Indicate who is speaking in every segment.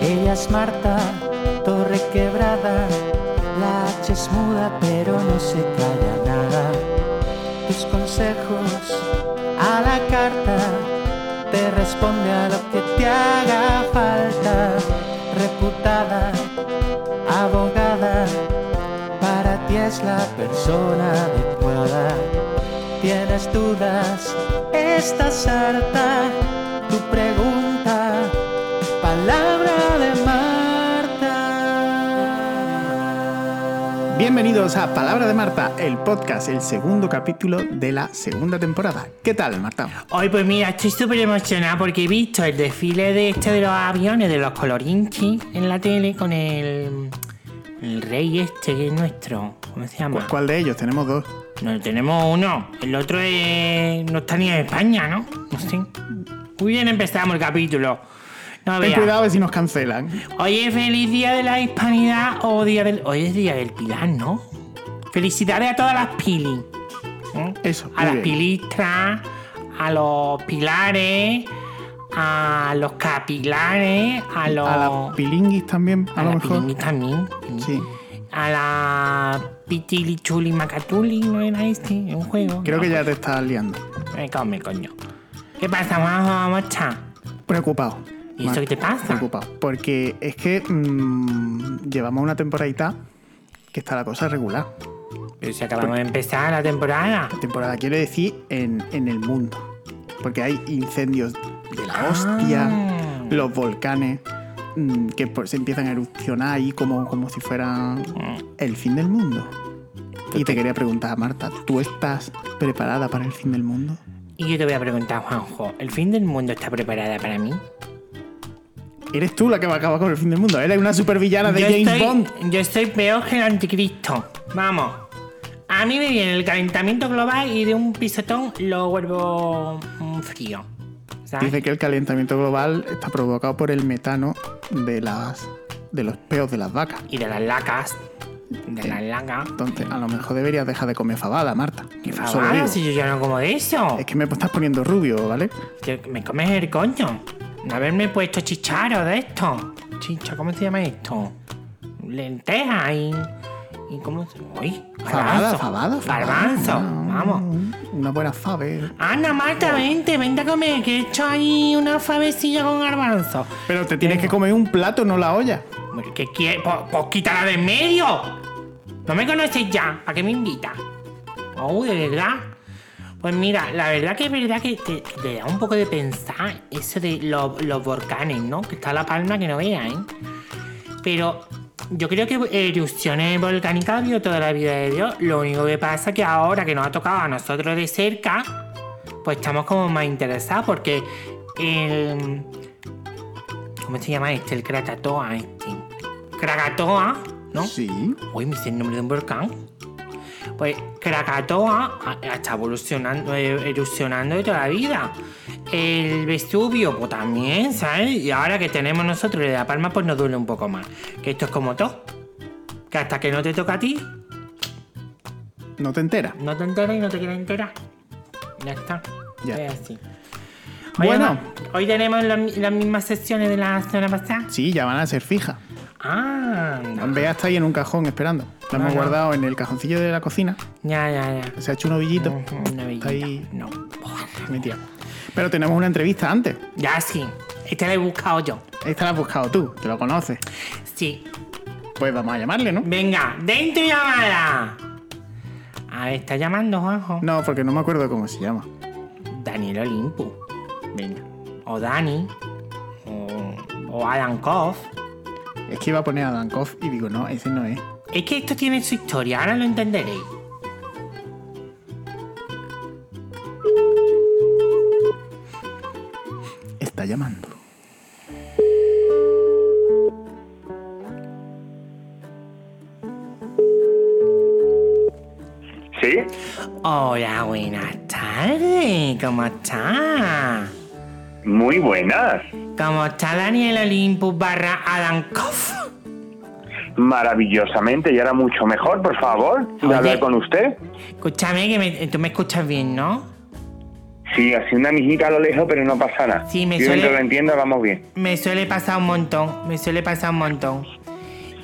Speaker 1: Ella es Marta, torre quebrada. La H es muda, pero no se calla nada. Tus consejos a la carta te responde a lo que te haga falta. Reputada, abogada, para ti es la persona adecuada. Tienes dudas, estás harta. Tu pregunta, palabra de Marta.
Speaker 2: Bienvenidos a Palabra de Marta, el podcast, el segundo capítulo de la segunda temporada. ¿Qué tal, Marta?
Speaker 3: Hoy pues mira, estoy súper emocionada porque he visto el desfile de este de los aviones, de los colorinchis en la tele con el, el rey este que es nuestro. ¿Cómo se llama?
Speaker 2: ¿Cuál de ellos? Tenemos dos.
Speaker 3: No, tenemos uno. El otro es... no está ni en España, ¿no? No sé. Muy bien empezamos el capítulo. No
Speaker 2: Ten
Speaker 3: veas.
Speaker 2: cuidado a ver si nos cancelan.
Speaker 3: Hoy es feliz día de la hispanidad o día del... Hoy es día del pilar, ¿no? Felicidades a todas las pili. ¿eh?
Speaker 2: Mm, Eso,
Speaker 3: A
Speaker 2: muy
Speaker 3: las
Speaker 2: bien.
Speaker 3: pilistras, a los pilares, a los capilares, a los...
Speaker 2: A las pilinguis también, a,
Speaker 3: a
Speaker 2: lo
Speaker 3: las
Speaker 2: mejor.
Speaker 3: pilinguis también.
Speaker 2: Sí.
Speaker 3: A la pitili chuli macatuli, ¿no era este? Es un juego.
Speaker 2: Creo
Speaker 3: No.
Speaker 2: que ya te estás liando.
Speaker 3: Me come, coño. ¿Qué pasa, mamá?
Speaker 2: Preocupado.
Speaker 3: ¿Y
Speaker 2: Marta,
Speaker 3: esto qué te pasa?
Speaker 2: Preocupado. Porque es que mm, llevamos una temporadita que está la cosa regular.
Speaker 3: Pero si acabamos de empezar la temporada.
Speaker 2: Temporada quiere decir en, en el mundo. Porque hay incendios de la hostia,
Speaker 3: Ah.
Speaker 2: los volcanes mm, que por- se empiezan a erupcionar ahí como, como si fueran el fin del mundo. Y te quería preguntar, Marta, ¿tú estás preparada para el fin del mundo?
Speaker 3: Y yo te voy a preguntar, Juanjo, ¿el fin del mundo está preparada para mí?
Speaker 2: Eres tú la que va a acabar con el fin del mundo. Eres una supervillana de
Speaker 3: yo,
Speaker 2: James
Speaker 3: estoy,
Speaker 2: Bond.
Speaker 3: yo estoy peor que el anticristo. Vamos. A mí me viene el calentamiento global y de un pisotón lo vuelvo mm, frío. ¿Sabes?
Speaker 2: Dice que el calentamiento global está provocado por el metano de las de los peos de las vacas.
Speaker 3: Y de las lacas. De las lacas.
Speaker 2: Entonces, a lo mejor deberías dejar de comer fabada, Marta.
Speaker 3: ¿Qué
Speaker 2: Solo
Speaker 3: fabada
Speaker 2: digo.
Speaker 3: Ah, si yo ya no como de eso?
Speaker 2: Es que me estás poniendo rubio, ¿vale?
Speaker 3: Que me comes el coño. No haberme puesto chicharo de esto. Chicha, ¿cómo se llama esto? Lenteja y. ¿Y cómo se.? Uy,
Speaker 2: Fabada,
Speaker 3: garbanzo.
Speaker 2: fabada, fabada.
Speaker 3: Garbanzo,
Speaker 2: Ah,
Speaker 3: vamos.
Speaker 2: Una buena fave.
Speaker 3: Ana, Marta, vente, vente a comer, que he hecho ahí una favecilla con garbanzo.
Speaker 2: Pero te tienes que comer un plato, no la olla.
Speaker 3: Bueno, ¿Qué quieres? Pues, pues quítala de en medio. No me conoces ya. ¿A qué me invitas? Uy, de verdad. Pues mira, la verdad que es verdad que te, te da un poco de pensar eso de lo- los volcanes, ¿no? Que está la palma que no vea, ¿eh? Pero yo creo que erupciones volcánicas ha habido toda la vida de Dios. Lo único que pasa es que ahora que nos ha tocado a nosotros de cerca, pues estamos como más interesados porque el... ¿Cómo se llama este? El Krakatoa, este. Krakatoa, ¿no?
Speaker 2: Sí.
Speaker 3: Uy, me dice el nombre de un volcán. Pues Krakatoa ah, está evolucionando, eh, erupcionando de toda la vida. El Vesubio, pues también, ¿sabes? Y ahora que tenemos nosotros de La Palma, pues nos duele un poco más. Que esto es como todo. Que hasta que no te toca a ti,
Speaker 2: No te enteras.
Speaker 3: no te enteras y no te quieres enterar. Ya está.
Speaker 2: Ya.
Speaker 3: Es así.
Speaker 2: Bueno.
Speaker 3: Bueno, hoy tenemos la- las mismas sesiones de la semana pasada.
Speaker 2: Sí, ya van a ser fijas.
Speaker 3: Ah, no.
Speaker 2: Bea está ahí en un cajón esperando. La hemos
Speaker 3: Ah, no.
Speaker 2: guardado en el cajoncillo de la cocina.
Speaker 3: ya, ya, ya.
Speaker 2: Se ha hecho un ovillito.
Speaker 3: Ujú, Una
Speaker 2: Está ahí.
Speaker 3: villita. No.
Speaker 2: Mentira. Pero tenemos una entrevista antes.
Speaker 3: Ya sí. Esta la he buscado yo.
Speaker 2: Esta la has buscado tú, te lo conoces.
Speaker 3: Sí.
Speaker 2: Pues vamos a llamarle, ¿no?
Speaker 3: Venga, dentro llamada. A ver, está llamando Juanjo.
Speaker 2: No, porque no me acuerdo cómo se llama.
Speaker 3: Daniel Olimpo. Venga. O Dani. O, o Adam Koff.
Speaker 2: Es que iba a poner a Dankoff y digo, no, ese no es.
Speaker 3: Es que esto tiene su historia, ahora lo entenderéis.
Speaker 2: Está llamando.
Speaker 4: ¿Sí?
Speaker 3: Hola, buenas tardes. ¿Cómo está?
Speaker 4: Muy buenas.
Speaker 3: ¿Cómo está Daniel Olympus barra Adam Koff?
Speaker 4: Maravillosamente, y ahora mucho mejor, por favor, de
Speaker 3: Oye.
Speaker 4: hablar con usted.
Speaker 3: Escúchame, que me- tú me escuchas bien, ¿no?
Speaker 4: Sí, así una mijita a lo lejos, pero no pasa nada.
Speaker 3: Sí, me
Speaker 4: Yo
Speaker 3: suele-
Speaker 4: mientras lo entienda, vamos bien.
Speaker 3: Me suele pasar un montón, me suele pasar un montón.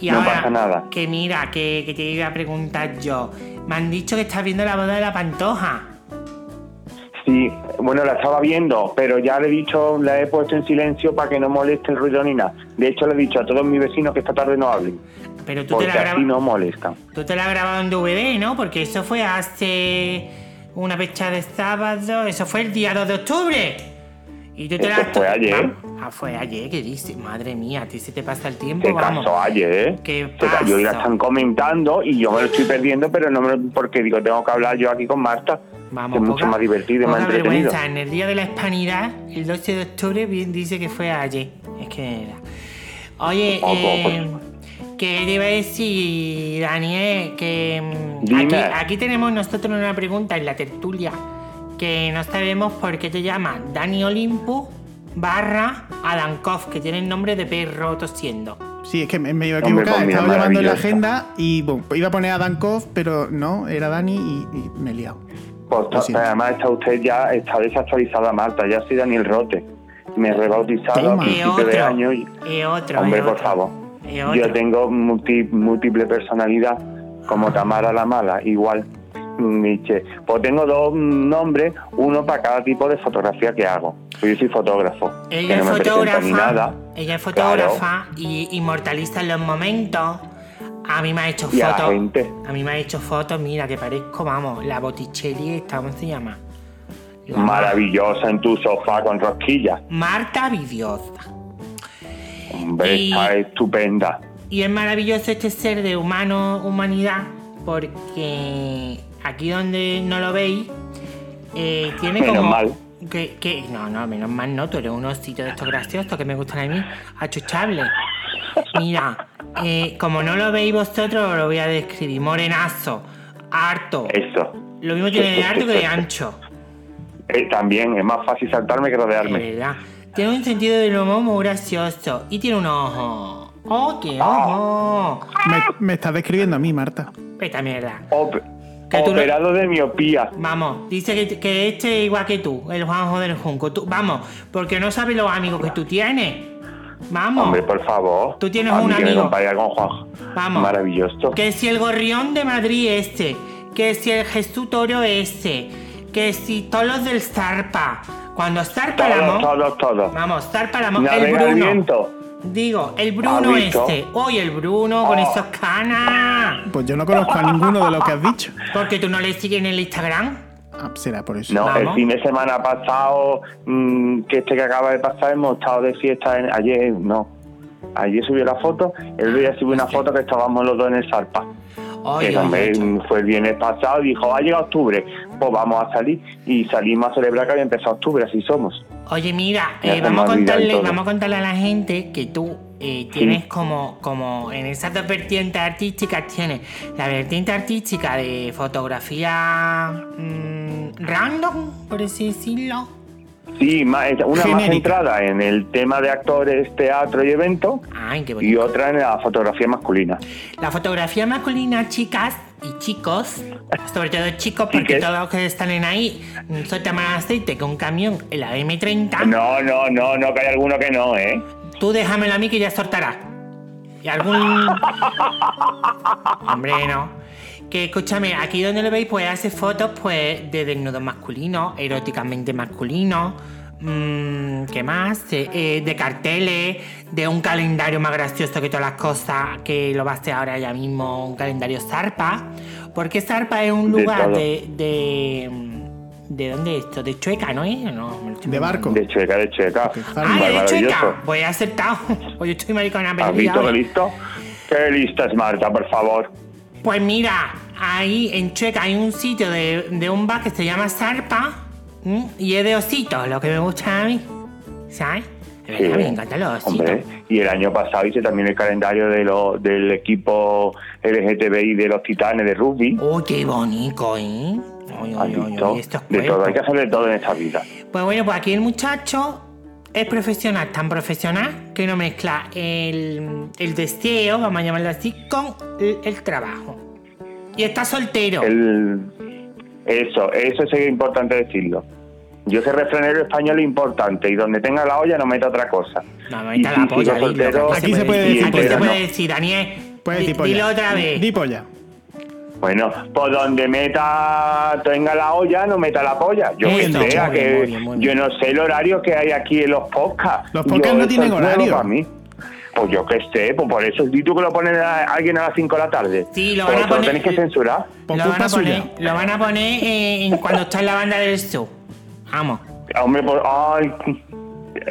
Speaker 3: Y
Speaker 4: No
Speaker 3: ahora,
Speaker 4: pasa nada.
Speaker 3: Que mira, que, que te iba a preguntar yo. Me han dicho que estás viendo la boda de la Pantoja.
Speaker 4: Sí, bueno, la estaba viendo, pero ya le he dicho, la he puesto en silencio para que no moleste el ruido ni nada. De hecho, le he dicho a todos mis vecinos que esta tarde no hablen,
Speaker 3: Pero tú te,
Speaker 4: porque
Speaker 3: la Pues
Speaker 4: así
Speaker 3: grabas,
Speaker 4: no molestan.
Speaker 3: tú te la has grabado en DVD, ¿no? Porque eso fue hace una fecha de sábado, eso fue el día 2 de octubre. Y tú te
Speaker 4: Eso
Speaker 3: la has-
Speaker 4: fue ayer.
Speaker 3: Ah, fue ayer, ¿qué dices? Madre mía, a ti se te pasa el tiempo,
Speaker 4: Se
Speaker 3: vamos.
Speaker 4: casó ayer, ¿eh?
Speaker 3: ¿Qué
Speaker 4: Se cayó y la
Speaker 3: pasó?
Speaker 4: están comentando y yo me lo estoy perdiendo, pero no me lo, porque digo, tengo que hablar yo aquí con Marta,
Speaker 3: Vamos,
Speaker 4: que es mucho
Speaker 3: poca-
Speaker 4: más divertido y más
Speaker 3: poca
Speaker 4: entretenido.
Speaker 3: vergüenza. En el Día de la Hispanidad, el 12 de octubre, bien dice que fue ayer. Es que era. Oye,
Speaker 4: Ojo,
Speaker 3: eh, ¿qué te iba a decir, Daniel? Que mm,
Speaker 4: Dime.
Speaker 3: aquí, aquí tenemos nosotros una pregunta en la tertulia que no sabemos por qué te llama Dani Olympus barra Adankov, que tiene el nombre de perro tosiendo.
Speaker 4: Mm.
Speaker 2: Sí, es que me, me iba a
Speaker 4: Hombre, pues
Speaker 2: equivocar.
Speaker 4: comida
Speaker 2: Estaba llamando en la
Speaker 4: maravillosa.
Speaker 2: agenda y bueno, iba a poner a Dankov, pero no, era Dani y, y me he liado.
Speaker 4: Pues,
Speaker 2: Lo siento.
Speaker 4: además está usted ya está desactualizada Marta, ya soy Daniel Rote. Me he rebautizado a
Speaker 2: Toma. Y
Speaker 3: Es
Speaker 4: principio
Speaker 3: otro.
Speaker 4: de año y
Speaker 3: es otro.
Speaker 4: Hombre,
Speaker 3: es
Speaker 4: por
Speaker 3: otro,
Speaker 4: favor.
Speaker 3: es
Speaker 4: yo
Speaker 3: otro.
Speaker 4: tengo multi- múltiple personalidad, como Tamara la mala, igual. Nietzsche. Pues tengo dos nombres, uno para cada tipo de fotografía que hago. Pues yo soy fotógrafo. que
Speaker 3: Ella es
Speaker 4: no me presento ni
Speaker 3: fotógrafa,
Speaker 4: nada.
Speaker 3: ella es fotógrafa y inmortaliza los momentos. A mí me ha hecho
Speaker 4: Y a la
Speaker 3: fotos.
Speaker 4: gente.
Speaker 3: A mí me ha hecho fotos, mira, que parezco, vamos, la Botticelli, esta, ¿cómo se llama? La
Speaker 4: Maravillosa en tu sofá con rosquillas.
Speaker 3: Marta Vidiosa.
Speaker 4: Hombre,
Speaker 3: Y-
Speaker 4: está estupenda.
Speaker 3: Y es maravilloso este ser de humano, humanidad, porque aquí donde no lo veis, eh, tiene
Speaker 4: Ah, Menos
Speaker 3: como.
Speaker 4: mal.
Speaker 3: Que, que- no, no, menos mal no, tú eres un osito de estos graciosos que me gustan a mí, achuchables. Mira, eh, como no lo veis vosotros, os lo voy a describir. Morenazo, harto.
Speaker 4: Eso.
Speaker 3: Lo mismo tiene de harto que de ancho.
Speaker 4: Eh, también es más fácil saltarme que
Speaker 3: De
Speaker 4: rodearme.
Speaker 3: verdad. Tiene un sentido del humor muy gracioso. Y tiene un ojo. ¡Oh, qué
Speaker 4: Ah.
Speaker 3: ojo!
Speaker 2: Me, me estás describiendo a mí, Marta.
Speaker 3: Vete a mierda.
Speaker 4: Op-
Speaker 3: Que tú no-
Speaker 4: operado de miopía.
Speaker 3: Vamos, dice que, que este es igual que tú, el Juanjo del Junco. Tú- vamos, porque no sabes los amigos que tú tienes. Vamos,
Speaker 4: Hombre, por favor.
Speaker 3: Tú tienes
Speaker 4: a mí
Speaker 3: un
Speaker 4: que me
Speaker 3: amigo.
Speaker 4: compararía con Juan.
Speaker 3: Vamos.
Speaker 4: Maravilloso.
Speaker 3: que si el gorrión de Madrid este, que si el Jesús Toro este, que si todos los del Zarpa. Cuando Zarpa la mo-
Speaker 4: Todos, todos, todos.
Speaker 3: vamos, Zarpa la mo- el
Speaker 4: Navega el
Speaker 3: Bruno.
Speaker 4: viento.
Speaker 3: Digo, el Bruno
Speaker 4: ¿Has visto?
Speaker 3: este, hoy el Bruno con
Speaker 4: Oh.
Speaker 3: esos canas.
Speaker 2: Pues yo no conozco a ninguno de los que has dicho.
Speaker 3: Porque tú no le sigues en el Instagram.
Speaker 2: Ah, será por eso.
Speaker 4: No, el
Speaker 3: Vamos.
Speaker 4: fin de semana pasado, mm, que este que acaba de pasar, hemos estado de fiesta en- ayer, no. Ayer subió la foto, el otro día subió una foto que estábamos los dos en el Zarpa.
Speaker 3: Oye,
Speaker 4: que
Speaker 3: oye,
Speaker 4: también fue el viernes pasado, dijo, ha llegado octubre, pues vamos a salir. Y salimos a celebrar que había empezado octubre, así somos.
Speaker 3: Oye, mira,
Speaker 4: Ya
Speaker 3: eh,
Speaker 4: se me
Speaker 3: vamos, a
Speaker 4: ha olvidado
Speaker 3: contarle,
Speaker 4: todo.
Speaker 3: vamos a contarle a la gente que tú eh, tienes como, como en esas dos vertientes artísticas tienes la vertiente artística de fotografía mm, random, por así decirlo.
Speaker 4: Sí, más- una más
Speaker 2: Genérica.
Speaker 4: centrada en el tema de actores, teatro y eventos,
Speaker 3: Ay, qué
Speaker 4: y
Speaker 3: bonito.
Speaker 4: otra en la fotografía masculina.
Speaker 3: La fotografía masculina, chicas y chicos, sobre todo chicos, porque
Speaker 4: Chiques.
Speaker 3: todos los que están en ahí mm, sueltan más aceite que un camión en la M30.
Speaker 4: No, no, no, no, que hay alguno que no, ¿eh?
Speaker 3: Tú déjamelo a mí que ya soltará. Y algún. Hombre, no. Que escúchame, aquí donde lo veis, pues hace fotos pues de desnudos masculinos, eróticamente masculinos. mm, ¿Qué más? Eh, eh, de carteles, de un calendario más gracioso que todas las cosas, que lo va a hacer ahora ya mismo, un calendario Zarpa. Porque Zarpa es un
Speaker 4: De
Speaker 3: lugar
Speaker 4: todo.
Speaker 3: de. de, mm, ¿de dónde es esto? De Chueca, ¿no es? No, me lo estoy
Speaker 2: De barco.
Speaker 4: De checa, de checa.
Speaker 3: Ah, de
Speaker 4: Maravilloso.
Speaker 3: chueca. Pues he aceptado. Pues yo estoy maricona
Speaker 4: ¿Has
Speaker 3: perdida.
Speaker 4: visto qué
Speaker 3: hoy.
Speaker 4: listo? Qué lista es Marta, por favor.
Speaker 3: Pues mira, ahí en Chueca hay un sitio de, de un bar que se llama Zarpa ¿m? y es de ositos, lo que me gusta a mí. ¿Sabes? De verdad,
Speaker 4: Sí.
Speaker 3: me encantan los ositos.
Speaker 4: Hombre, y el año pasado hice también el calendario de lo- del equipo LGTBI de los titanes de rugby.
Speaker 3: Uy, qué bonito, ¿eh? Uy,
Speaker 4: ¿Has
Speaker 3: uy, uy,
Speaker 4: visto?
Speaker 3: uy, estos
Speaker 4: De todo, hay que
Speaker 3: cuerpos.
Speaker 4: hacer de todo en esta vida.
Speaker 3: Pues bueno, pues aquí el muchacho es profesional, tan profesional que no mezcla el, el deseo, vamos a llamarlo así, con el, el trabajo. Y está soltero.
Speaker 4: El, eso, eso es importante decirlo. Yo soy refranero español importante y donde tenga la olla no meta otra cosa.
Speaker 3: No,
Speaker 4: Y
Speaker 3: meta
Speaker 4: si
Speaker 3: la polla,
Speaker 4: sigo
Speaker 3: dilo, que
Speaker 4: soltero-
Speaker 2: Aquí se puede
Speaker 4: y
Speaker 2: decir
Speaker 3: Aquí
Speaker 2: polla,
Speaker 3: se puede
Speaker 4: entero, pues, no.
Speaker 3: decir, Daniel.
Speaker 2: Puedes
Speaker 3: Di-
Speaker 2: decir polla.
Speaker 3: Dilo otra vez.
Speaker 2: Di polla.
Speaker 4: Bueno, por donde meta, tenga la olla, no meta la polla. Yo que
Speaker 3: Eso,
Speaker 4: sea,
Speaker 3: muy bien,
Speaker 4: que
Speaker 3: muy bien, muy bien.
Speaker 4: yo no sé el horario que hay aquí en los podcasts.
Speaker 2: Los podcasts
Speaker 4: Yo,
Speaker 2: no
Speaker 4: eso
Speaker 2: tienen
Speaker 4: es nuevo
Speaker 2: horario.
Speaker 4: Para mí. Pues yo que sé, pues por eso di tú que lo pones a alguien a las 5 de la tarde.
Speaker 3: Sí, lo
Speaker 4: Por
Speaker 3: van a
Speaker 4: eso
Speaker 3: poner-
Speaker 4: tenéis que censurar.
Speaker 2: Por
Speaker 3: lo, van
Speaker 2: culpa
Speaker 3: a poner,
Speaker 2: suya.
Speaker 3: lo van a poner eh, en cuando está en la banda del sur. Vamos.
Speaker 4: Hombre, pues, ay,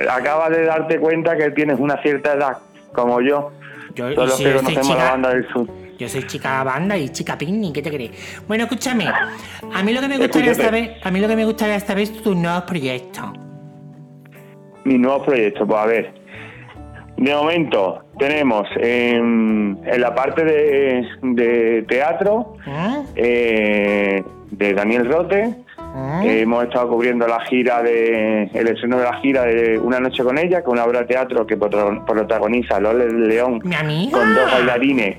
Speaker 4: acabas de darte cuenta que tienes una cierta edad, como yo.
Speaker 3: Yo- y
Speaker 4: Todos los
Speaker 3: si
Speaker 4: que
Speaker 3: yo soy
Speaker 4: conocemos
Speaker 3: chica-
Speaker 4: la banda del sur.
Speaker 3: Yo soy chica banda y chica picnic, ¿qué te crees? Bueno, escúchame. A mí lo que me gustaría
Speaker 4: Escúchate.
Speaker 3: saber, a mí lo que me gustaría saber es tus nuevos proyectos.
Speaker 4: Mis nuevos proyectos, pues a ver. De momento tenemos en, en la parte de, de teatro
Speaker 3: ¿Mm?
Speaker 4: eh, de Daniel Rote. Eh,
Speaker 3: ¿Mm?
Speaker 4: Hemos estado cubriendo la gira de el estreno de la gira de Una noche con ella, que es una obra de teatro que protro- protagoniza Lola León
Speaker 3: Mi amiga.
Speaker 4: con dos bailarines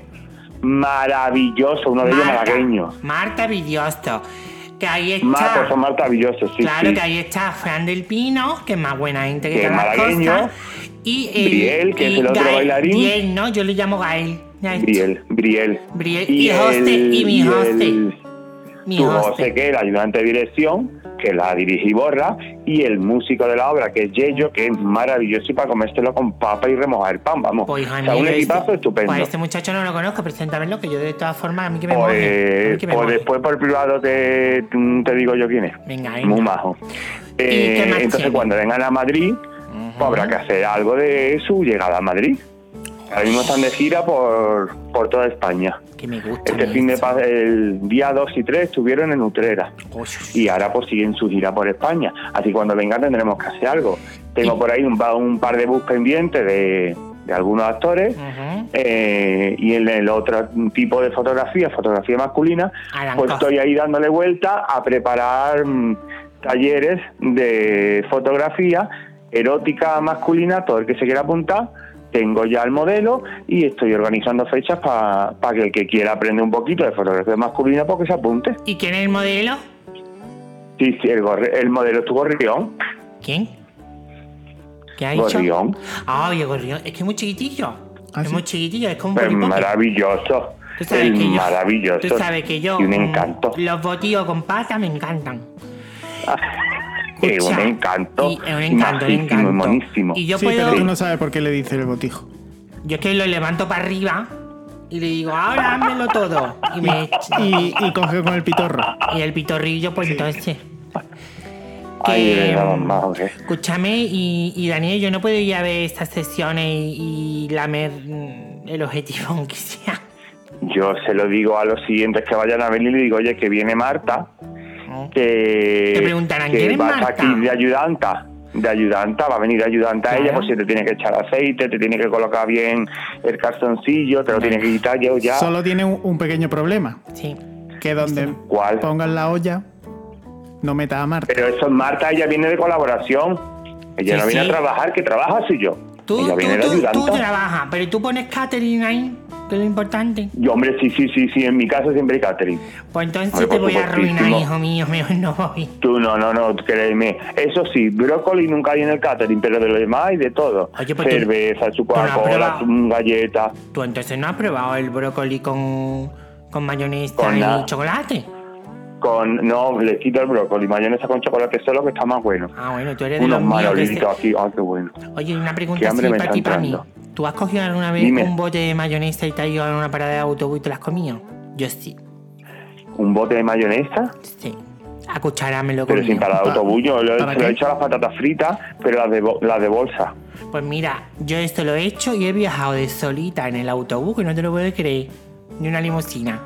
Speaker 4: maravillosos, uno de ellos malagueño.
Speaker 3: Marta Vidiosto. Que ahí está.
Speaker 4: Marta, son maravillosos, sí.
Speaker 3: claro
Speaker 4: sí.
Speaker 3: que ahí está Fran del Pino, que es más buena gente que
Speaker 4: Que es
Speaker 3: todas las
Speaker 4: malagueño.
Speaker 3: cosas. Y el,
Speaker 4: Briel, que
Speaker 3: y
Speaker 4: es el otro
Speaker 3: Gael-
Speaker 4: bailarín.
Speaker 3: Briel, ¿no? Yo le llamo Gael. Ya está.
Speaker 4: Briel, Briel.
Speaker 3: Briel, y José, y mi
Speaker 4: el-
Speaker 3: Mi este.
Speaker 4: tu
Speaker 3: hoste.
Speaker 4: José, que es el ayudante de dirección, que la dirige Borra, y el músico de la obra, que es Yello, que es maravilloso y para comértelo con papa y remojar el pan, vamos.
Speaker 3: Pues, hija
Speaker 4: o sea, un
Speaker 3: mía, este-
Speaker 4: equipazo estupendo.
Speaker 3: Pues este muchacho no lo conozco, preséntamelo, que yo de todas formas a mí que me moje, a mí
Speaker 4: Pues,
Speaker 3: que me
Speaker 4: pues
Speaker 3: moje.
Speaker 4: después por privado te, mm, te digo yo quién es.
Speaker 3: Venga, venga.
Speaker 4: Muy majo. Eh,
Speaker 3: qué más
Speaker 4: entonces
Speaker 3: tiene?
Speaker 4: cuando vengan a Madrid, pues habrá que hacer algo de su llegada a Madrid. Ahora mismo están de gira por, por toda España.
Speaker 3: Que me gusta.
Speaker 4: Este
Speaker 3: me
Speaker 4: fin de
Speaker 3: gusta.
Speaker 4: pa- el día 2 y 3 estuvieron en Utrera
Speaker 3: Oye,
Speaker 4: y ahora pues siguen su gira por España. Así que cuando vengan tendremos que hacer algo. Tengo por ahí un, pa- un par de bus pendientes de, de algunos actores
Speaker 3: ujú.
Speaker 4: eh, y en el otro tipo de fotografía, fotografía masculina,
Speaker 3: Aranco.
Speaker 4: pues estoy ahí dándole vuelta a preparar mm, talleres de fotografía erótica masculina, todo el que se quiera apuntar. Tengo ya el modelo y estoy organizando fechas para que el que quiera aprender un poquito de fotografía masculina, porque se apunte.
Speaker 3: ¿Y quién es el modelo?
Speaker 4: Sí, sí, el, gorre- el modelo estuvo Gorrión.
Speaker 3: ¿Quién? ¿Qué ha dicho?
Speaker 4: Gorrión.
Speaker 3: Ah, oye, gorrión. Es que es muy chiquitillo.
Speaker 2: Ah,
Speaker 3: es
Speaker 2: sí.
Speaker 3: muy chiquitillo, es como un
Speaker 4: Pues
Speaker 3: polipoque.
Speaker 4: maravilloso.
Speaker 3: Tú sabes
Speaker 4: Es
Speaker 3: que yo-
Speaker 4: maravilloso.
Speaker 3: Tú sabes que yo.
Speaker 4: Y un
Speaker 3: mm,
Speaker 4: encanto.
Speaker 3: Los botíos con pata me encantan.
Speaker 4: Es un
Speaker 3: Escucha,
Speaker 4: encanto.
Speaker 3: y es un encanto, un
Speaker 4: majísimo y
Speaker 3: encanto.
Speaker 4: monísimo.
Speaker 3: Y yo
Speaker 2: sí,
Speaker 3: puedo.
Speaker 2: pero tú no sabes por qué le dice el botijo.
Speaker 3: Yo es que lo levanto para arriba y le digo, ahora házmelo todo. Y, me echa-
Speaker 2: Y, y coge con el pitorro.
Speaker 3: y el pitorrillo, pues entonces.
Speaker 4: Ay,
Speaker 3: que,
Speaker 4: de verdad,
Speaker 3: mm,
Speaker 4: mamá, Jorge.
Speaker 3: Escúchame, y, y Daniel, yo no puedo ir a ver estas sesiones y, y lamer mm, el objetivo, aunque sea.
Speaker 4: Yo se lo digo a los siguientes que vayan a venir y digo, oye, que viene Marta, que,
Speaker 3: Te preguntarán,
Speaker 4: que
Speaker 3: ¿quién es
Speaker 4: va a estar
Speaker 3: Marta?
Speaker 4: aquí de ayudanta. De ayudanta, va a venir de ayudanta
Speaker 3: Claro.
Speaker 4: ella, pues si te tiene que echar aceite, te tiene que colocar bien el calzoncillo, te lo tiene que quitar yo ya.
Speaker 2: Solo tiene un, un pequeño problema.
Speaker 3: Sí.
Speaker 2: Que donde
Speaker 4: ¿Cuál?
Speaker 2: pongas la olla, no metas a Marta.
Speaker 4: Pero eso es Marta, ella viene de colaboración. Ella
Speaker 3: Sí,
Speaker 4: no viene
Speaker 3: sí.
Speaker 4: a trabajar, que trabaja soy yo.
Speaker 3: Tú,
Speaker 4: ella
Speaker 3: tú,
Speaker 4: viene de
Speaker 3: tú, tú
Speaker 4: ayudanta.
Speaker 3: trabajas, pero tú pones catering ahí, que es lo importante.
Speaker 4: Yo, hombre, sí, sí, sí, sí, en mi casa siempre hay catering.
Speaker 3: Pues entonces
Speaker 4: Hombre,
Speaker 3: te
Speaker 4: por
Speaker 3: voy a arruinar,
Speaker 4: supuestísimo.
Speaker 3: hijo mío, mejor no voy.
Speaker 4: Tú no, no, no, créeme. Eso sí, brócoli nunca hay en el catering, pero de lo demás hay de todo.
Speaker 3: Oye, pues tú-
Speaker 4: Cerveza,
Speaker 3: tú no has
Speaker 4: Coca-Cola,
Speaker 3: probado.
Speaker 4: mm, galletas.
Speaker 3: Tú entonces no has probado el brócoli con, con mayonesa
Speaker 4: Con
Speaker 3: y
Speaker 4: nada.
Speaker 3: chocolate.
Speaker 4: Con, no, le quito el brócoli, mayonesa con chocolate solo que está más bueno.
Speaker 3: Ah, bueno, tú eres de
Speaker 4: Unos
Speaker 3: los míos. que se-
Speaker 4: manolitos aquí, ah, qué bueno.
Speaker 3: Oye, una
Speaker 4: Qué
Speaker 3: pregunta así
Speaker 4: hambre me
Speaker 3: para
Speaker 4: está
Speaker 3: ti, para mí.
Speaker 4: entrando.
Speaker 3: ¿Tú has cogido alguna vez
Speaker 4: Dime.
Speaker 3: un bote de mayonesa y te has ido a una parada de autobús y te la has comido? Yo sí,
Speaker 4: Un bote de mayonesa,
Speaker 3: sí. A cuchara me lo he
Speaker 4: pero sin
Speaker 3: comido.
Speaker 4: parar de
Speaker 2: Pa-
Speaker 4: autobús. Yo lo,
Speaker 2: ¿para
Speaker 4: se lo
Speaker 2: qué?
Speaker 4: he hecho a las patatas fritas, pero las de, bo- las de bolsa.
Speaker 3: Pues mira, yo esto lo he hecho y he viajado de solita en el autobús, que no te lo puedo creer, ni una limusina.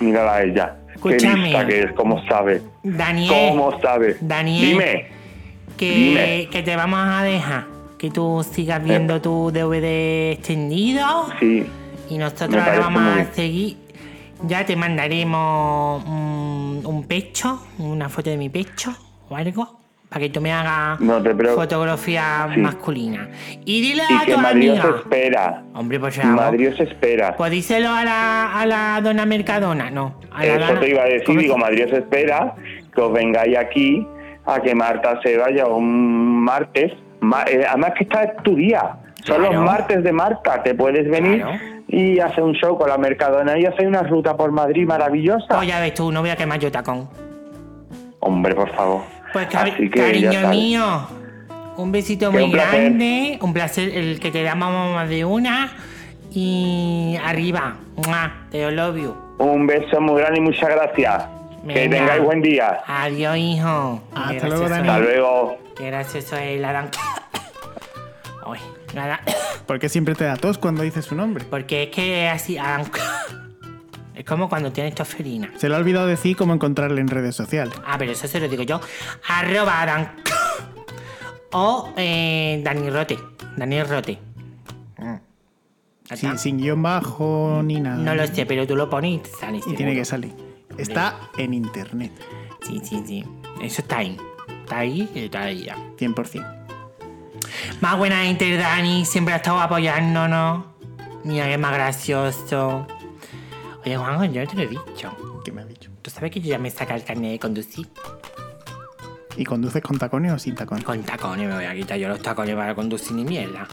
Speaker 4: Mírala a ella.
Speaker 3: Escúchame.
Speaker 4: Qué lista que es, cómo sabe.
Speaker 3: Daniel,
Speaker 4: ¿Cómo sabe?
Speaker 3: Daniel.
Speaker 4: Dime.
Speaker 3: que,
Speaker 4: dime. Eh,
Speaker 3: que te vamos a dejar. Que tú sigas viendo tu DVD extendido.
Speaker 4: Sí.
Speaker 3: Y nosotros
Speaker 4: Me
Speaker 3: ahora
Speaker 4: parece
Speaker 3: vamos
Speaker 4: muy
Speaker 3: a
Speaker 4: bien.
Speaker 3: seguir. Ya te mandaremos un, un pecho, una foto de mi pecho o algo, para que tú me hagas
Speaker 4: No te preocupes.
Speaker 3: fotografía
Speaker 4: Sí.
Speaker 3: masculina. Y dile a
Speaker 4: Y que
Speaker 3: tu
Speaker 4: Madrid os
Speaker 3: amiga.
Speaker 4: espera.
Speaker 3: Hombre, por favor.
Speaker 4: Madrid os espera.
Speaker 3: Pues díselo a la, a la dona Mercadona, no. A la
Speaker 4: Eso
Speaker 3: dona-
Speaker 4: te iba a
Speaker 3: ¿cómo
Speaker 4: decir,
Speaker 3: se-
Speaker 4: digo, Madrid os espera que os vengáis aquí a que Marta se vaya un martes. Ma- eh, además que está es tu día. Son
Speaker 3: Claro.
Speaker 4: los martes de Marta. Te puedes venir
Speaker 3: Claro.
Speaker 4: y hacer un show con la Mercadona y hacer una ruta por Madrid maravillosa.
Speaker 3: Pues ya ves tú, no voy a quemar yo tacón.
Speaker 4: Hombre, por favor.
Speaker 3: Pues cari-
Speaker 4: Así que ya
Speaker 3: cariño
Speaker 4: sabes.
Speaker 3: mío, un besito
Speaker 4: Que
Speaker 3: muy
Speaker 4: un placer.
Speaker 3: grande, un placer el que te da mamá más de una. Y arriba, ¡mua! te lo you.
Speaker 4: Un beso muy grande y muchas gracias. Que
Speaker 3: Venga.
Speaker 4: tengáis buen día.
Speaker 3: Adiós, hijo.
Speaker 2: Hasta
Speaker 3: Qué
Speaker 2: luego,
Speaker 3: gracioso
Speaker 2: Dani.
Speaker 3: es-
Speaker 4: Hasta luego.
Speaker 3: Qué gracioso es la dan. Ay, la dan-
Speaker 4: Eh.
Speaker 2: Porque siempre te da tos cuando dices su nombre.
Speaker 3: Porque es que es así. la dan- Es como cuando tienes tosferina.
Speaker 2: Se le ha olvidado decir cómo encontrarle en redes sociales.
Speaker 3: Ah, pero eso se lo digo yo. Arroba Adam. O eh, Dani Rote. Dani Rote. Mm.
Speaker 2: Sí,
Speaker 3: Acá.
Speaker 2: sin guión bajo ni nada.
Speaker 3: No lo sé, pero tú lo pones y te sale.
Speaker 2: Y
Speaker 3: seguro.
Speaker 2: tiene que salir. Está en internet,
Speaker 3: Sí, sí, sí. Eso está ahí. Está ahí y está ahí ya.
Speaker 2: 100%.
Speaker 3: Más buena gente, Dani. Siempre ha estado apoyándonos. Mira que más gracioso. Oye, Juanjo, yo te lo he dicho.
Speaker 2: ¿Qué me ha dicho?
Speaker 3: Tú sabes que yo ya me saca el carnet de conducir.
Speaker 2: ¿Y conduces con tacones o sin tacones?
Speaker 3: Con tacones me voy a quitar yo los tacones para conducir ni mierda.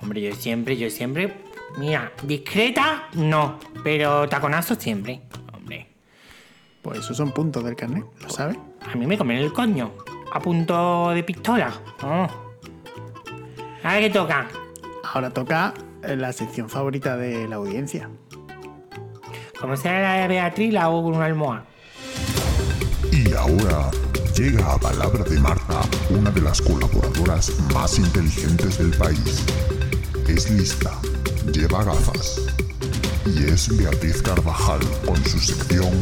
Speaker 3: Hombre, yo siempre, yo siempre. Mira, discreta, no. Pero taconazo siempre. Hombre,
Speaker 2: Pues esos son puntos del carnet, ¿lo sabes?
Speaker 3: a mí me comen el coño. A punto de pistola. Oh. A ver qué toca.
Speaker 2: Ahora toca eh, la sección favorita de la audiencia.
Speaker 3: Como sea la de Beatriz, la hago con una almohada.
Speaker 5: Y ahora llega a palabra de Marta, una de las colaboradoras más inteligentes del país. Es lista, lleva gafas. Y es Beatriz Carvajal con su sección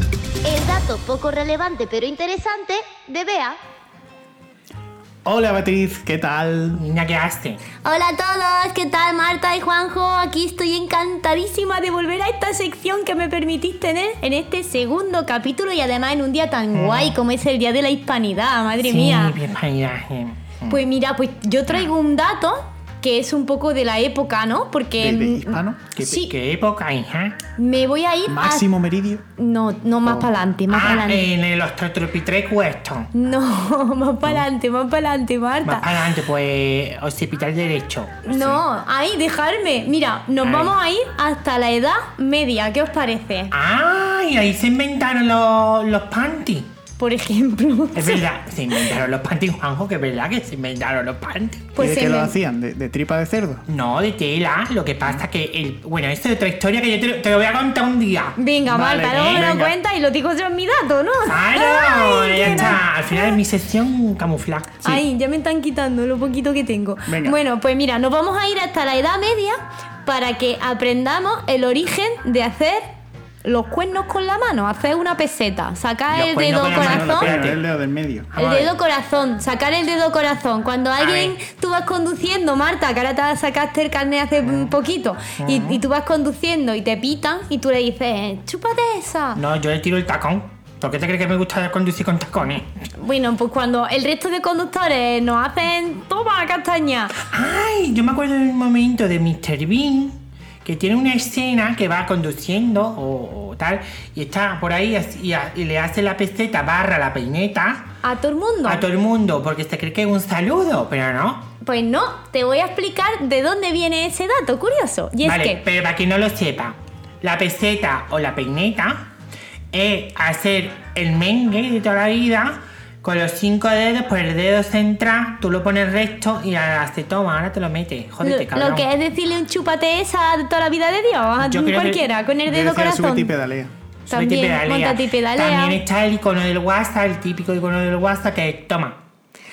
Speaker 6: El dato poco relevante pero interesante de Bea.
Speaker 2: Hola Beatriz, ¿qué tal?
Speaker 3: Niña, ¿qué haces?
Speaker 7: Hola a todos, ¿qué tal Marta y Juanjo? Aquí estoy encantadísima de volver a esta sección que me permitís tener en este segundo capítulo y además en un día tan guay como es el Día de la Hispanidad, madre mía.
Speaker 3: bien paisaje.
Speaker 7: Pues mira, pues yo traigo un dato que es un poco de la época, ¿no? Porque
Speaker 2: ¿De, de
Speaker 7: mm,
Speaker 2: hispano?
Speaker 3: ¿Qué,
Speaker 7: Sí.
Speaker 3: qué época, hija?
Speaker 7: me voy a ir a...
Speaker 2: Máximo Oh. eh. Meridio.
Speaker 7: No, no, más para adelante, más para
Speaker 3: Ah,
Speaker 7: adelante.
Speaker 3: en el Ostrotropitreo esto.
Speaker 7: No, más para adelante, más para adelante,
Speaker 3: Más
Speaker 7: Marta.
Speaker 3: para adelante, pues occipital derecho.
Speaker 7: No, ahí, dejarme. Mira, nos
Speaker 3: Ahí.
Speaker 7: vamos a ir hasta la edad media, ¿qué os parece?
Speaker 3: Ah, y ahí se inventaron los, los panties.
Speaker 7: Por ejemplo.
Speaker 3: Es verdad, se inventaron los panties, Juanjo, que es verdad que se inventaron los panties.
Speaker 2: ¿Y
Speaker 7: Pues
Speaker 2: de
Speaker 7: se
Speaker 2: qué lo
Speaker 7: me-
Speaker 2: hacían? ¿De, de tripa de cerdo?
Speaker 3: No, de tela, lo que pasa que el... Bueno, esto es otra historia que yo te, lo- te lo voy a contar un día.
Speaker 7: Venga,
Speaker 2: Vale,
Speaker 7: Marta, luego me lo
Speaker 2: venga.
Speaker 7: cuentas y lo digo yo en mi dato, ¿no?
Speaker 3: ¡Claro!
Speaker 7: Ay,
Speaker 3: Ah, ya
Speaker 7: qué
Speaker 3: está.
Speaker 7: no-
Speaker 3: Al final de mi sección, camuflaje.
Speaker 7: Ay, ya me están quitando lo poquito que tengo.
Speaker 2: Venga.
Speaker 7: Bueno, pues mira, nos vamos a ir hasta la Edad Media para que aprendamos el origen de hacer los cuernos con la mano, hacer una peseta, sacar
Speaker 3: Los
Speaker 7: el
Speaker 3: cuernos con
Speaker 7: dedo
Speaker 3: la mano,
Speaker 7: corazón.
Speaker 3: los cuernos.
Speaker 2: Pero el dedo del medio.
Speaker 7: El
Speaker 3: Vamos a ver.
Speaker 7: dedo corazón, sacar el dedo corazón. Cuando alguien,
Speaker 3: ver.
Speaker 7: tú vas conduciendo, Marta, que ahora te sacaste el carnet hace
Speaker 3: Mm.
Speaker 7: un poquito, y, y tú vas conduciendo y te pitan y tú le dices, chúpate esa.
Speaker 3: No, yo le tiro el tacón. ¿Por qué te crees que me gusta conducir con tacones?
Speaker 7: Bueno, pues cuando el resto de conductores nos hacen, toma castaña.
Speaker 3: Ay, yo me acuerdo de un momento de Mr. Bean que tiene una escena que va conduciendo o, o tal y está por ahí así- y, a- y le hace la peseta barra la peineta
Speaker 7: A todo el mundo.
Speaker 3: a todo el mundo porque se cree que es un saludo, pero no.
Speaker 7: Pues no, te voy a explicar de dónde viene ese dato curioso. Y es
Speaker 3: vale,
Speaker 7: que,
Speaker 3: pero para quien no lo sepa, la peseta o la peineta es hacer el mengue de toda la vida con los cinco dedos, por el dedo central, tú lo pones recto y ahora se toma, ahora te lo metes. Jódete,
Speaker 7: lo,
Speaker 3: cabrón.
Speaker 7: lo que es decirle un chúpate esa de toda la vida de Dios a
Speaker 3: Yo creo que-
Speaker 7: cualquiera, con el dedo
Speaker 2: Yo decía,
Speaker 7: corazón.
Speaker 2: "Súbete y pedalea.
Speaker 3: Súbete y
Speaker 7: También,
Speaker 3: pedalea.
Speaker 7: montate y pedalea.
Speaker 3: También está el icono del WhatsApp, el típico icono del WhatsApp que es, toma,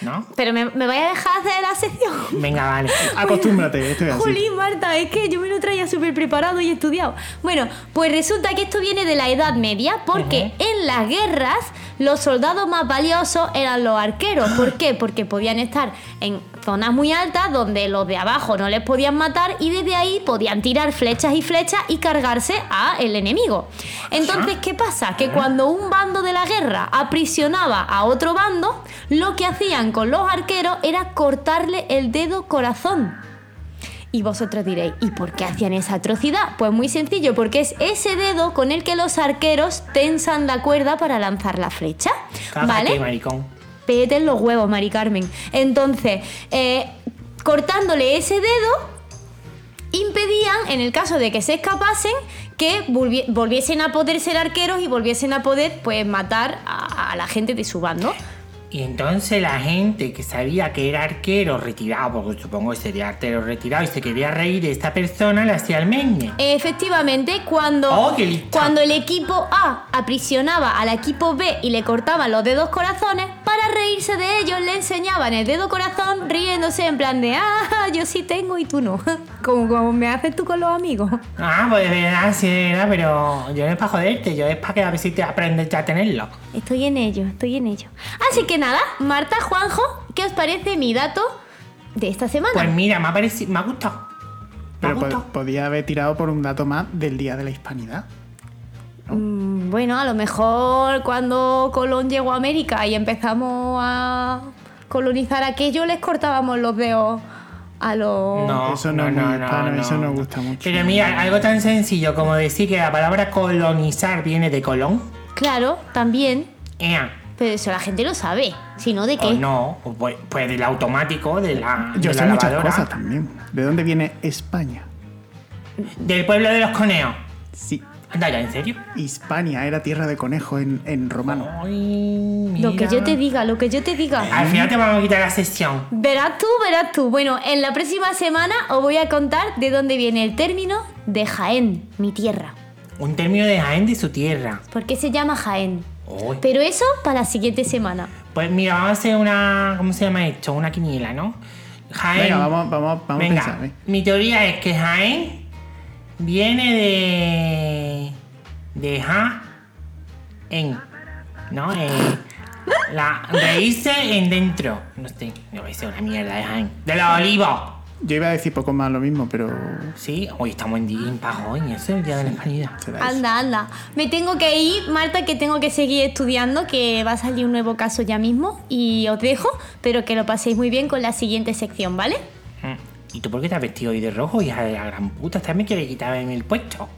Speaker 3: ¿no?
Speaker 7: Pero me, me vais a dejar hacer la sección.
Speaker 3: Venga, vale.
Speaker 2: Acostúmbrate, esto es así.
Speaker 7: Jolín, Marta, es que yo me lo traía súper preparado y estudiado. Bueno, pues resulta que esto viene de la Edad Media porque en las guerras los soldados más valiosos eran los arqueros. ¿Por qué? Porque podían estar en zonas muy altas donde los de abajo no les podían matar y desde ahí podían tirar flechas y flechas y cargarse a el enemigo. Entonces, ¿qué pasa? Que cuando un bando de la guerra aprisionaba a otro bando, lo que hacían con los arqueros era cortarle el dedo corazón. Y vosotros diréis, ¿y por qué hacían esa atrocidad? Pues muy sencillo, porque es ese dedo con el que los arqueros tensan la cuerda para lanzar la flecha.
Speaker 3: Cágate,
Speaker 7: ¿Vale?
Speaker 3: maricón.
Speaker 7: pete en los huevos, Mari Carmen. Entonces, eh, cortándole ese dedo, impedían, en el caso de que se escapasen, que volvi- volviesen a poder ser arqueros y volviesen a poder pues matar a, a la gente de su bando.
Speaker 3: Y entonces la gente que sabía que era arquero retirado, porque supongo que sería arquero retirado y se quería reír de esta persona, le hacía el meñe.
Speaker 7: Efectivamente, cuando,
Speaker 3: Oh, qué lista.
Speaker 7: cuando el equipo A aprisionaba al equipo B y le cortaban los dedos corazones, para reírse de ellos le enseñaban el dedo corazón riéndose en plan de, ah, yo sí tengo y tú no. Como, como me haces tú con los amigos.
Speaker 3: Ah, pues de verdad, sí, de verdad, pero yo no es para joderte, yo es para que a ver si te aprendes ya a tenerlo.
Speaker 7: Estoy en ello, estoy en ello. Así que nada, Marta, Juanjo, ¿qué os parece mi dato de esta semana?
Speaker 3: Pues mira, me ha parecido, me ha gustado. Me ha
Speaker 2: Pero po-
Speaker 3: gustado.
Speaker 2: podía haber tirado por un dato más del Día de la Hispanidad.
Speaker 7: Mm, Bueno, a lo mejor cuando Colón llegó a América y empezamos a colonizar aquello, les cortábamos los dedos a los...
Speaker 3: No,
Speaker 2: pues, Eso no es muy hispano, eso no gusta mucho.
Speaker 3: Pero mira, algo tan sencillo como decir que la palabra colonizar viene de Colón.
Speaker 7: Claro, también.
Speaker 3: Ea,
Speaker 7: Pero eso la gente lo sabe. Si no, ¿de qué?
Speaker 3: o no, o pues, pues del automático, de la,
Speaker 2: Yo
Speaker 3: de
Speaker 2: sé
Speaker 3: la
Speaker 2: muchas
Speaker 3: lavadora.
Speaker 2: cosas también. ¿De dónde viene España?
Speaker 3: Del pueblo de los coneos.
Speaker 2: Sí,
Speaker 3: Anda ya, ¿en serio?
Speaker 2: Hispania era tierra de conejos en, en romano.
Speaker 3: Ay, mira.
Speaker 7: Lo que yo te diga, lo que yo te diga.
Speaker 3: Al final te vamos a quitar la sesión.
Speaker 7: Verás tú, verás tú. Bueno, en la próxima semana os voy a contar de dónde viene el término de Jaén, mi tierra.
Speaker 3: Un término de Jaén de su tierra.
Speaker 7: ¿Por qué se llama Jaén?
Speaker 3: Uy.
Speaker 7: Pero eso para la siguiente semana.
Speaker 3: Pues mira, vamos a hacer una. ¿Cómo se llama esto? Una quiniela, ¿no? Jaén.
Speaker 2: Venga, vamos, vamos, vamos
Speaker 3: Venga,
Speaker 2: a pensar. ¿eh?
Speaker 3: mi teoría es que Jaén viene de. de Ja. En. ¿No? Eh, la reírse en dentro. No sé, no voy a una mierda de Jaén. ¡De los olivos!
Speaker 2: Yo iba a decir poco más lo mismo, pero
Speaker 3: Sí, hoy estamos en día impago, hoy, eso es el día de la hispanidad.
Speaker 2: será eso.
Speaker 7: Anda, anda. Me tengo que ir, Marta, que tengo que seguir estudiando, que va a salir un nuevo caso ya mismo. Y os dejo, pero que lo paséis muy bien con la siguiente sección, ¿vale?
Speaker 3: Mm. ¿Y tú por qué te has vestido hoy de rojo, hija de la gran puta? Esta me quiere quitar en el puesto.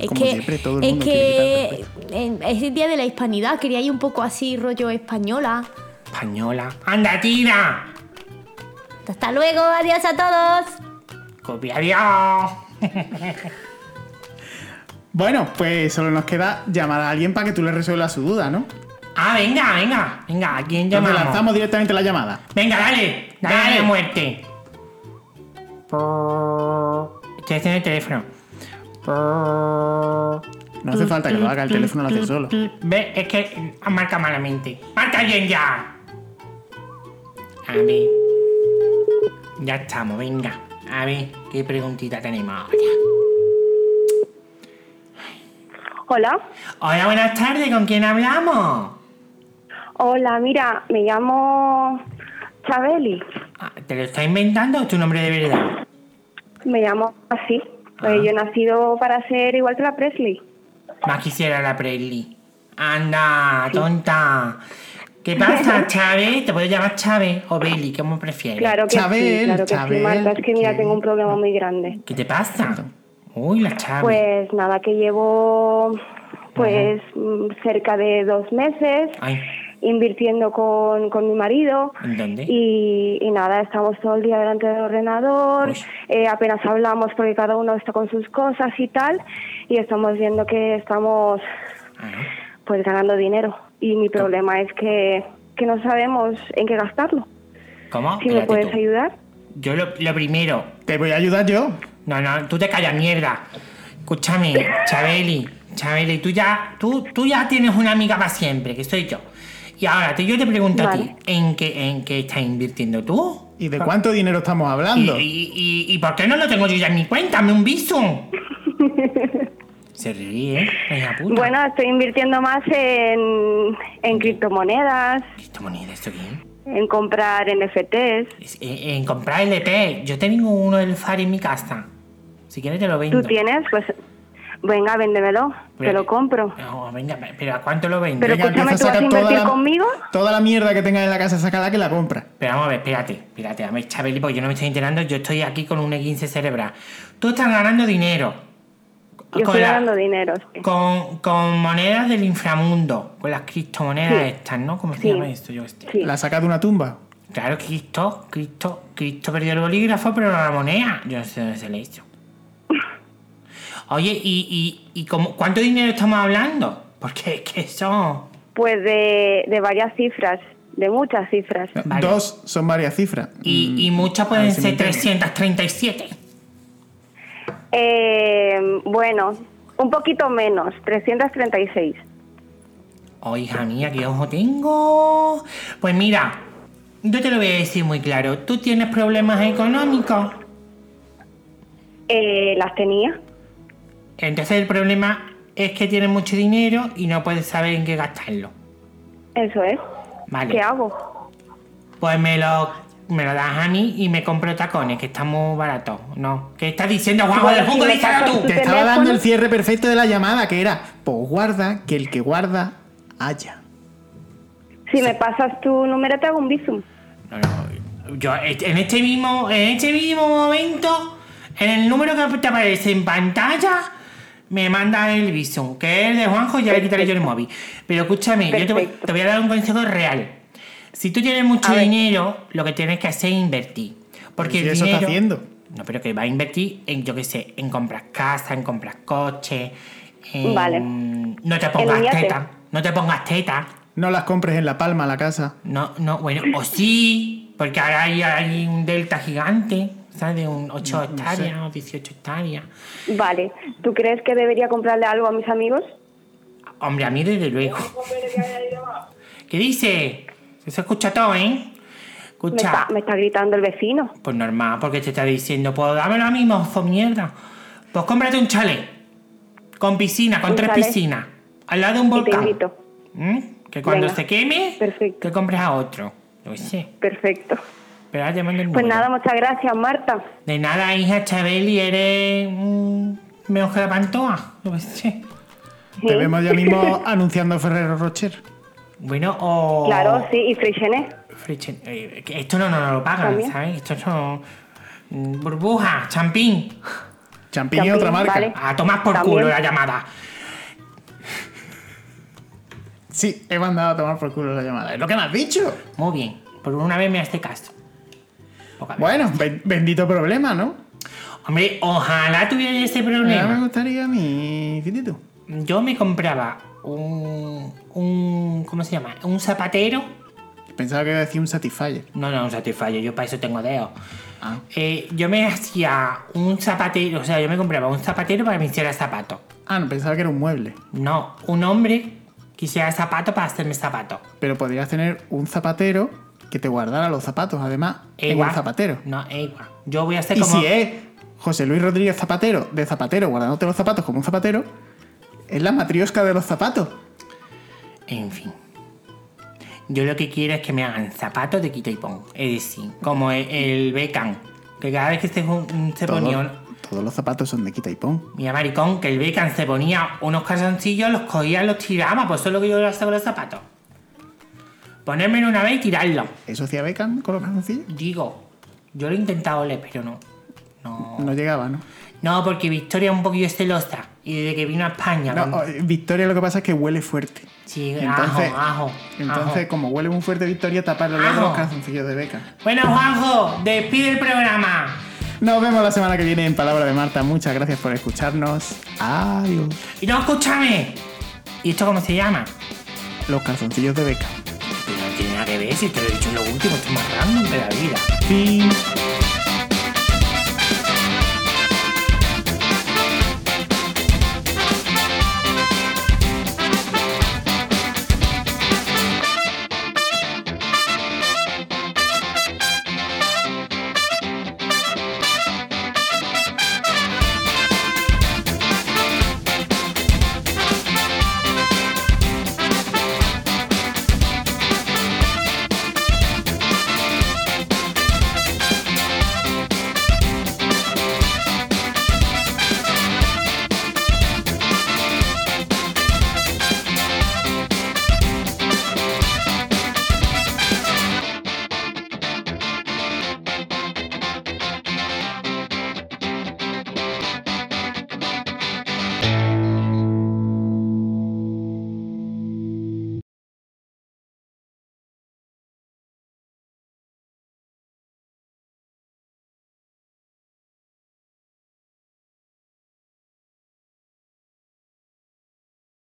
Speaker 7: Es
Speaker 2: Como
Speaker 7: que,
Speaker 2: siempre, todo el
Speaker 7: es
Speaker 2: mundo quiere
Speaker 7: que en- es el día de la hispanidad, quería ir un poco así, rollo española.
Speaker 3: Española. ¡Anda, tira!
Speaker 7: Hasta luego, adiós a todos.
Speaker 3: ¡Copiaría!
Speaker 2: Bueno, pues solo nos queda llamar a alguien para que tú le resuelvas su duda, ¿no?
Speaker 3: Ah, venga, venga, venga, ¿a quién
Speaker 2: Entonces
Speaker 3: llamamos?
Speaker 2: lanzamos directamente la llamada.
Speaker 3: Venga, dale, dale,
Speaker 2: Dale.
Speaker 3: a muerte. Estoy haciendo el teléfono.
Speaker 2: No hace falta que lo haga, el teléfono lo hace solo.
Speaker 3: Ve, es que ah, marca malamente. ¡Marca bien ya! A ver. Ya estamos, venga. A ver, ¿qué preguntita tenemos ahora?
Speaker 8: Hola.
Speaker 3: Hola, buenas tardes, ¿con quién hablamos?
Speaker 8: Hola, mira, me llamo Chabeli.
Speaker 3: Ah, ¿Te lo estás inventando o es tu nombre de verdad?
Speaker 8: Me llamo así.
Speaker 3: Ah.
Speaker 8: Pues yo he nacido para ser igual que la Presley.
Speaker 3: Más quisiera la Presley. Anda, tonta. ¿Qué pasa, Chávez? ¿Te puedo llamar Chávez o Beli? ¿Cómo prefieres?
Speaker 8: Claro que
Speaker 2: Chabel,
Speaker 8: sí, claro que
Speaker 2: Chabel,
Speaker 8: sí, Marta. Es que mira,
Speaker 2: que-
Speaker 8: tengo un problema muy grande.
Speaker 3: ¿Qué te pasa? Uy, la Chávez.
Speaker 8: Pues nada, que llevo pues mm, cerca de dos meses
Speaker 3: Ay,
Speaker 8: invirtiendo con, con mi marido.
Speaker 3: ¿en dónde?
Speaker 8: Y, y nada, estamos todo el día delante del ordenador,
Speaker 3: Uy.
Speaker 8: eh, apenas hablamos porque cada uno está con sus cosas y tal, y estamos viendo que estamos
Speaker 3: Ah,
Speaker 8: pues ganando dinero. Y mi problema es que, que no sabemos en qué gastarlo.
Speaker 3: ¿Cómo?
Speaker 8: Si me
Speaker 3: Espérate
Speaker 8: puedes
Speaker 3: tú.
Speaker 8: ayudar.
Speaker 3: Yo lo, lo primero.
Speaker 2: Te voy a ayudar yo.
Speaker 3: No, no, tú te callas, mierda. Escúchame, Chabeli. Chabeli, tú ya, tú, tú ya tienes una amiga para siempre, que soy yo. Y ahora te- yo te pregunto a ti,
Speaker 8: Vale.
Speaker 3: ¿en qué, ¿en qué estás invirtiendo tú?
Speaker 2: ¿Y de cuánto dinero estamos hablando?
Speaker 3: Ah. ¿Y, y, y- y por qué no lo tengo yo ya en mi cuenta? ¡Me un visum! Se ríe, ¿eh? Hija puta.
Speaker 8: Bueno, estoy invirtiendo más en, en criptomonedas,
Speaker 3: ¿Esta moneda esto qué
Speaker 8: en comprar NFTs.
Speaker 3: es? Es- En, en comprar LP. Yo tengo uno del FAR en mi casa. Si quieres te lo vendo.
Speaker 8: ¿Tú tienes? Pues venga, véndemelo, te lo compro.
Speaker 3: No, venga, pero ¿a cuánto lo vendo?
Speaker 8: Pero
Speaker 2: Venga,
Speaker 8: escúchame,
Speaker 2: empieza
Speaker 8: ¿tú vas a invertir conmigo?
Speaker 2: toda la mierda que tengas en la casa, sácala que la compra.
Speaker 3: Pero vamos a ver, espérate, espérate, a ver, E Chabeli, porque yo no me estoy enterando, yo estoy aquí con un E15 cerebral. Tú estás ganando dinero.
Speaker 8: Yo
Speaker 3: Con
Speaker 8: estoy
Speaker 3: la-
Speaker 8: ganando dinero. sí.
Speaker 3: Con, con monedas del inframundo, con las criptomonedas
Speaker 8: Sí.
Speaker 3: estas, ¿no? ¿Cómo se
Speaker 8: Sí.
Speaker 3: llama esto? Yo qué sé.
Speaker 8: Sí.
Speaker 2: ¿La sacas de una tumba?
Speaker 3: Claro, Cristo, Cristo, Cristo perdió el bolígrafo, pero no la moneda. Yo no sé dónde se le hizo. Oye, ¿y, y, y cómo- cuánto dinero estamos hablando? Porque es que eso...
Speaker 8: Pues de, de varias cifras, de muchas cifras.
Speaker 3: Vale.
Speaker 2: Dos son varias cifras.
Speaker 3: Y, y
Speaker 2: Mm,
Speaker 3: muchas
Speaker 2: a
Speaker 3: pueden
Speaker 2: ver si me
Speaker 3: ser
Speaker 2: entiendes.
Speaker 3: 337.
Speaker 8: Eh, bueno, un poquito menos, 336.
Speaker 3: Oh, hija mía, qué ojo tengo. Pues mira, yo te lo voy a decir muy claro. Tú tienes problemas económicos.
Speaker 8: Eh, las tenía.
Speaker 3: Entonces el problema es que tienes mucho dinero y no puedes saber en qué gastarlo.
Speaker 8: Eso es.
Speaker 3: Vale.
Speaker 8: ¿Qué hago?
Speaker 3: Pues me lo, me lo das a mí y me compro tacones, que está muy barato. No. ¿Qué estás diciendo, Juanjo del
Speaker 8: Bueno,
Speaker 3: Junco?
Speaker 8: si me
Speaker 3: Díselo
Speaker 8: sacas
Speaker 3: tú.
Speaker 8: tu
Speaker 2: Te estaba
Speaker 8: teléfono-
Speaker 2: dando el cierre perfecto de la llamada, que era, pues guarda, que el que guarda, haya.
Speaker 8: Si me pasas tu número, te hago un visum.
Speaker 3: No, no, Yo, en este mismo, en este mismo momento, en el número que te aparece en pantalla, me manda el visum, que es el de Juanjo, ya le quitaré yo el móvil. Pero escúchame, yo te voy,
Speaker 8: Perfecto.
Speaker 3: te voy a dar un consejo real. Si tú tienes mucho
Speaker 8: A ver.
Speaker 3: dinero, lo que tienes que hacer es invertir. Porque
Speaker 2: Si
Speaker 3: el
Speaker 2: eso está
Speaker 3: dinero-
Speaker 2: haciendo.
Speaker 3: No, pero que va a invertir en, yo qué sé, en comprar casa, en comprar coche, en-
Speaker 8: Vale.
Speaker 3: No te
Speaker 8: En un
Speaker 3: pongas
Speaker 8: yate.
Speaker 3: teta. No te pongas teta.
Speaker 2: No las compres en La Palma, la casa.
Speaker 3: No, no, bueno, o sí, porque ahora hay, hay un delta gigante, ¿sabes? De un 8 hectáreas o 18 hectáreas.
Speaker 8: Vale. ¿Tú crees que debería comprarle algo a mis amigos?
Speaker 3: Hombre, a mí desde luego. ¿Qué dice? Se escucha todo, ¿eh?
Speaker 8: Me
Speaker 3: Escucha.
Speaker 8: está, me está gritando el vecino.
Speaker 3: Pues normal, porque te está diciendo, pues dámelo a mí, mozo mierda. Pues cómprate un chalet. Con piscina, con
Speaker 8: Un
Speaker 3: tres
Speaker 8: chalet.
Speaker 3: piscinas. Al lado de un
Speaker 8: Y te
Speaker 3: volcán.
Speaker 8: invito.
Speaker 3: ¿Mm? Que cuando
Speaker 8: Venga.
Speaker 3: se queme,
Speaker 8: Perfecto.
Speaker 3: que compres a otro. Yo qué sé.
Speaker 8: Perfecto.
Speaker 3: Pero ahora te mando el
Speaker 8: Pues
Speaker 3: número.
Speaker 8: nada, muchas gracias, Marta.
Speaker 3: De nada, hija Chabeli, eres un mejor que la pantoa. Yo qué sé.
Speaker 2: Te vemos ya mismo anunciando Ferrero Rocher.
Speaker 3: Bueno, o.
Speaker 8: Claro, sí, y Freixenet.
Speaker 3: Frichen- eh, que esto no, no, no lo pagan,
Speaker 8: También.
Speaker 3: ¿sabes? Esto no. mm, Burbuja, champín.
Speaker 2: Champiñón,
Speaker 8: Champiñón,
Speaker 2: otra marca.
Speaker 8: vale.
Speaker 3: A tomar por
Speaker 8: También.
Speaker 3: culo la llamada.
Speaker 2: Sí, he mandado a tomar por culo la llamada. Es lo que me has dicho.
Speaker 3: Muy bien. Por una vez me hace caso. Poca vez.
Speaker 2: Bueno, ben- bendito problema, ¿no?
Speaker 3: Hombre, ojalá tuviera ese
Speaker 2: Ya me
Speaker 8: Ah.
Speaker 3: problema.
Speaker 2: gustaría a mí, Fitito.
Speaker 3: Yo me compraba un. un ¿Cómo se llama? Un zapatero.
Speaker 2: Pensaba que iba a decir un Satisfyer.
Speaker 3: No, no, un satisfyer. Yo para eso tengo dedos.
Speaker 2: Ah.
Speaker 3: Eh, yo me hacía un zapatero, o sea, yo me compraba un zapatero para que me hiciera zapato.
Speaker 2: Ah, no, pensaba que era un mueble.
Speaker 3: No, un hombre quisiera zapato para hacerme zapato.
Speaker 2: Pero podrías tener un zapatero que te guardara los zapatos, además,
Speaker 3: Es
Speaker 2: en un zapatero.
Speaker 3: No, es igual. Yo voy a hacer
Speaker 2: Y
Speaker 3: como.
Speaker 2: si es José Luis Rodríguez Zapatero, de Zapatero, guardándote los zapatos como un zapatero, es la matriosca de los zapatos.
Speaker 3: En fin. Yo lo que quiero es que me hagan zapatos de quita y pon. Es decir, como el, el Beckham. Que cada vez que se, jun- se
Speaker 2: Todo-
Speaker 3: ponía. un-
Speaker 2: todos los zapatos son de quita y pon.
Speaker 3: Mira, maricón, que el Beckham se ponía unos calzoncillos, los cogía, los tiraba. Pues eso es lo que yo hago con los zapatos. Ponérmelo una vez y tirarlo.
Speaker 2: ¿Eso hacía Beckham con los calzoncillos?
Speaker 3: Digo, yo lo he intentado oler, pero no. No.
Speaker 2: No llegaba, ¿no?
Speaker 3: No, porque Victoria es un poquillo celosa. Y desde que vino a España.
Speaker 2: No, oh.
Speaker 3: con-
Speaker 2: o- Victoria lo que pasa es que huele fuerte.
Speaker 3: Sí,
Speaker 2: Entonces,
Speaker 3: ajo, ajo.
Speaker 2: entonces
Speaker 3: ajo.
Speaker 2: como huele muy fuerte Victoria, tapa el olor de
Speaker 3: Ajo.
Speaker 2: los calzoncillos de Beckham.
Speaker 3: Bueno, Juanjo, despide el programa.
Speaker 2: Nos vemos la semana que viene en Palabra de Marta. Muchas gracias por escucharnos. Adiós.
Speaker 3: Y no, escúchame. ¿Y esto cómo se llama?
Speaker 2: Los calzoncillos de Beckham.
Speaker 3: No tiene nada que ver, si te lo he dicho en lo último, estoy más random de la vida.
Speaker 2: Fin.